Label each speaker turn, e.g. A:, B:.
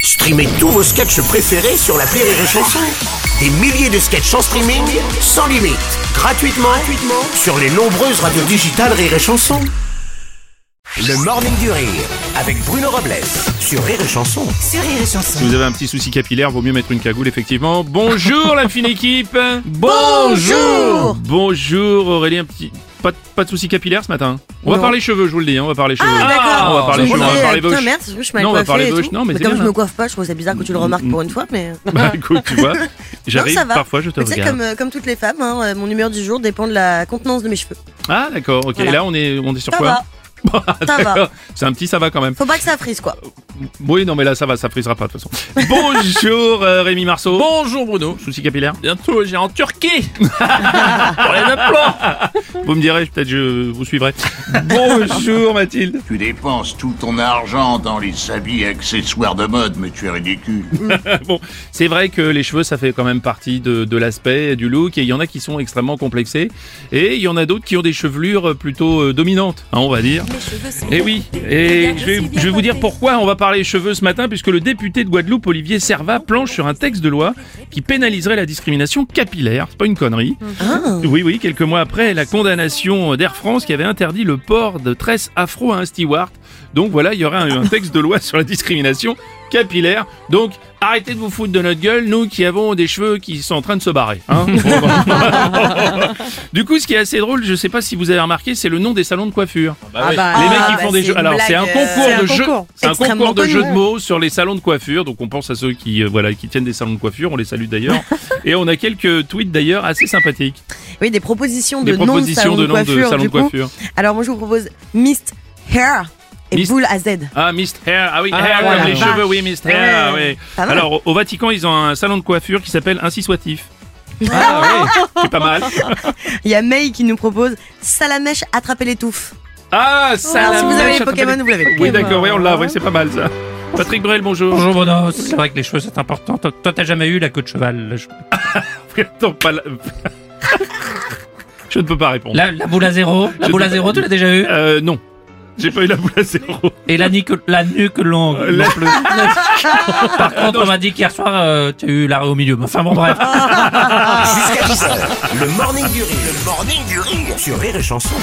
A: Streamez tous vos sketchs préférés sur la Rire et Chanson. Des milliers de sketchs en streaming, sans limite, gratuitement, gratuitement sur les nombreuses radios digitales Rire et Chanson. Le Morning du Rire avec Bruno Robles sur Rire et Chanson.
B: sur Rire et Chanson.
C: Si vous avez un petit souci capillaire, vaut mieux mettre une cagoule, effectivement. Bonjour, la fine équipe
B: Bonjour
C: Bonjour, Aurélie, un petit... Pas, de- pas de souci capillaire ce matin On va
B: Non.
C: parler cheveux, je vous le dis, hein, on va parler cheveux.
B: Ah, d'accord.
C: on va parler
B: Je me
C: cheveux, on va
B: disais,
C: parler
B: putain,
C: bouche.
B: merde, je m'avais
C: Non, on va
B: coiffée
C: parler
B: et
C: bouche,
B: tout. Bah,
C: non, mais c'est
B: comme
C: bien,
B: je
C: hein.
B: me coiffe pas, je trouve ça bizarre que tu le remarques pour une fois, mais.
C: Bah écoute, tu vois, j'arrive,
B: ça va.
C: parfois je te
B: Mais tu sais,
C: regarde.
B: comme, euh, comme toutes les femmes, hein, euh, mon humeur du jour dépend de la contenance de mes cheveux.
C: Ah d'accord, ok,
B: Voilà.
C: et là on est, on est sur
B: Ça
C: quoi Ah,
B: va. Ça va.
C: C'est un petit ça va quand même.
B: Faut pas que ça frise, quoi.
C: Oui, non mais là ça va, ça frisera pas de toute façon. Bonjour euh, Rémi Marceau.
D: Bonjour Bruno.
C: Souci capillaire
D: Bientôt j'ai en Turquie. Pour les implants.
C: Vous me direz, peut-être je vous suivrai. Bonjour Mathilde.
E: Tu dépenses tout ton argent dans les habits et accessoires de mode, mais tu es ridicule.
C: Bon, c'est vrai que les cheveux, ça fait quand même partie de, de l'aspect, du look, et il y en a qui sont extrêmement complexés, et il y en a d'autres qui ont des chevelures plutôt euh, dominantes, hein, on va dire. Et oui, et je vais, je vais vous dire pourquoi on va parler cheveux ce matin, puisque le député de Guadeloupe, Olivier Servat, planche sur un texte de loi qui pénaliserait la discrimination capillaire. C'est pas une connerie. Oui, oui, quelques mois après la condamnation d'Air France qui avait interdit le port de tresses afro à un steward. Donc voilà, il y aura un, un texte de loi sur la discrimination capillaire. Donc arrêtez de vous foutre de notre gueule, nous qui avons des cheveux qui sont en train de se barrer. hein. Bon, bah. du coup, ce qui est assez drôle, je sais pas si vous avez remarqué, c'est le nom des salons de coiffure. Les mecs qui
B: bah,
C: font des
B: c'est
C: jeux.
B: une
C: Alors c'est un
B: blague, euh, c'est
C: concours
B: un
C: de jeux.
B: concours
C: C'est un
B: extrêmement
C: concours de
B: connu,
C: jeux de
B: ouais.
C: mots sur les salons de coiffure. Donc on pense à ceux qui euh, voilà qui tiennent des salons de coiffure. On les salue d'ailleurs. Et on a quelques tweets d'ailleurs assez sympathiques.
B: Oui, des propositions
C: Des
B: de noms de
C: propositions
B: salons
C: de
B: de
C: noms de
B: coiffure.
C: salons de
B: du coup.
C: coiffure.
B: Alors, moi, je vous propose Mist Hair et
C: Mist-
B: Boule à Z.
C: Ah, Mist Hair. Ah oui,
D: Ah,
C: Hair
D: voilà.
C: comme les
D: Vache.
C: cheveux. Oui, Mist Hair. oui.
B: Pas mal.
C: Alors au Vatican, ils ont un salon de coiffure qui s'appelle Ainsi soit-il. Ah oui, c'est pas mal.
B: Il y a May qui nous propose Salamèche attraper les touffes.
C: Ah,
B: Alors, si vous avez
C: Salamèche,
B: les Pokémon, vous l'avez.
C: Oui, d'accord, oui, on l'a, oui, c'est pas mal ça. Patrick Bruel, bonjour.
D: Bonjour Bruno. C'est vrai que les cheveux c'est important. Toi toi, t'as jamais eu la queue de cheval. Je-
C: Attends, pas la- Je ne peux pas répondre.
D: La, la boule à zéro. La
C: Je
D: boule à
C: t'ai-
D: zéro tu l'as déjà eu.
C: Euh, non. J'ai pas eu la boule à zéro.
D: Et la nuque la nuque longue.
C: Euh, la-
D: non plus. Par contre on m'a dit qu'hier soir euh, tu as eu l'arrêt au milieu. Mais Enfin bon bref.
A: Jusqu'à 10h, le Morning du Rire, le Morning du Rire sur Rire et Chanson.